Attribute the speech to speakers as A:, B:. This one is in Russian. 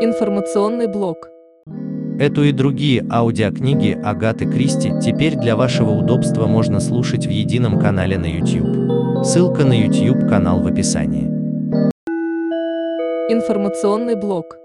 A: Информационный блок.
B: Эту и другие аудиокниги Агаты Кристи теперь для вашего удобства можно слушать в едином канале на YouTube. Ссылка на YouTube канал в описании.
A: Информационный блок.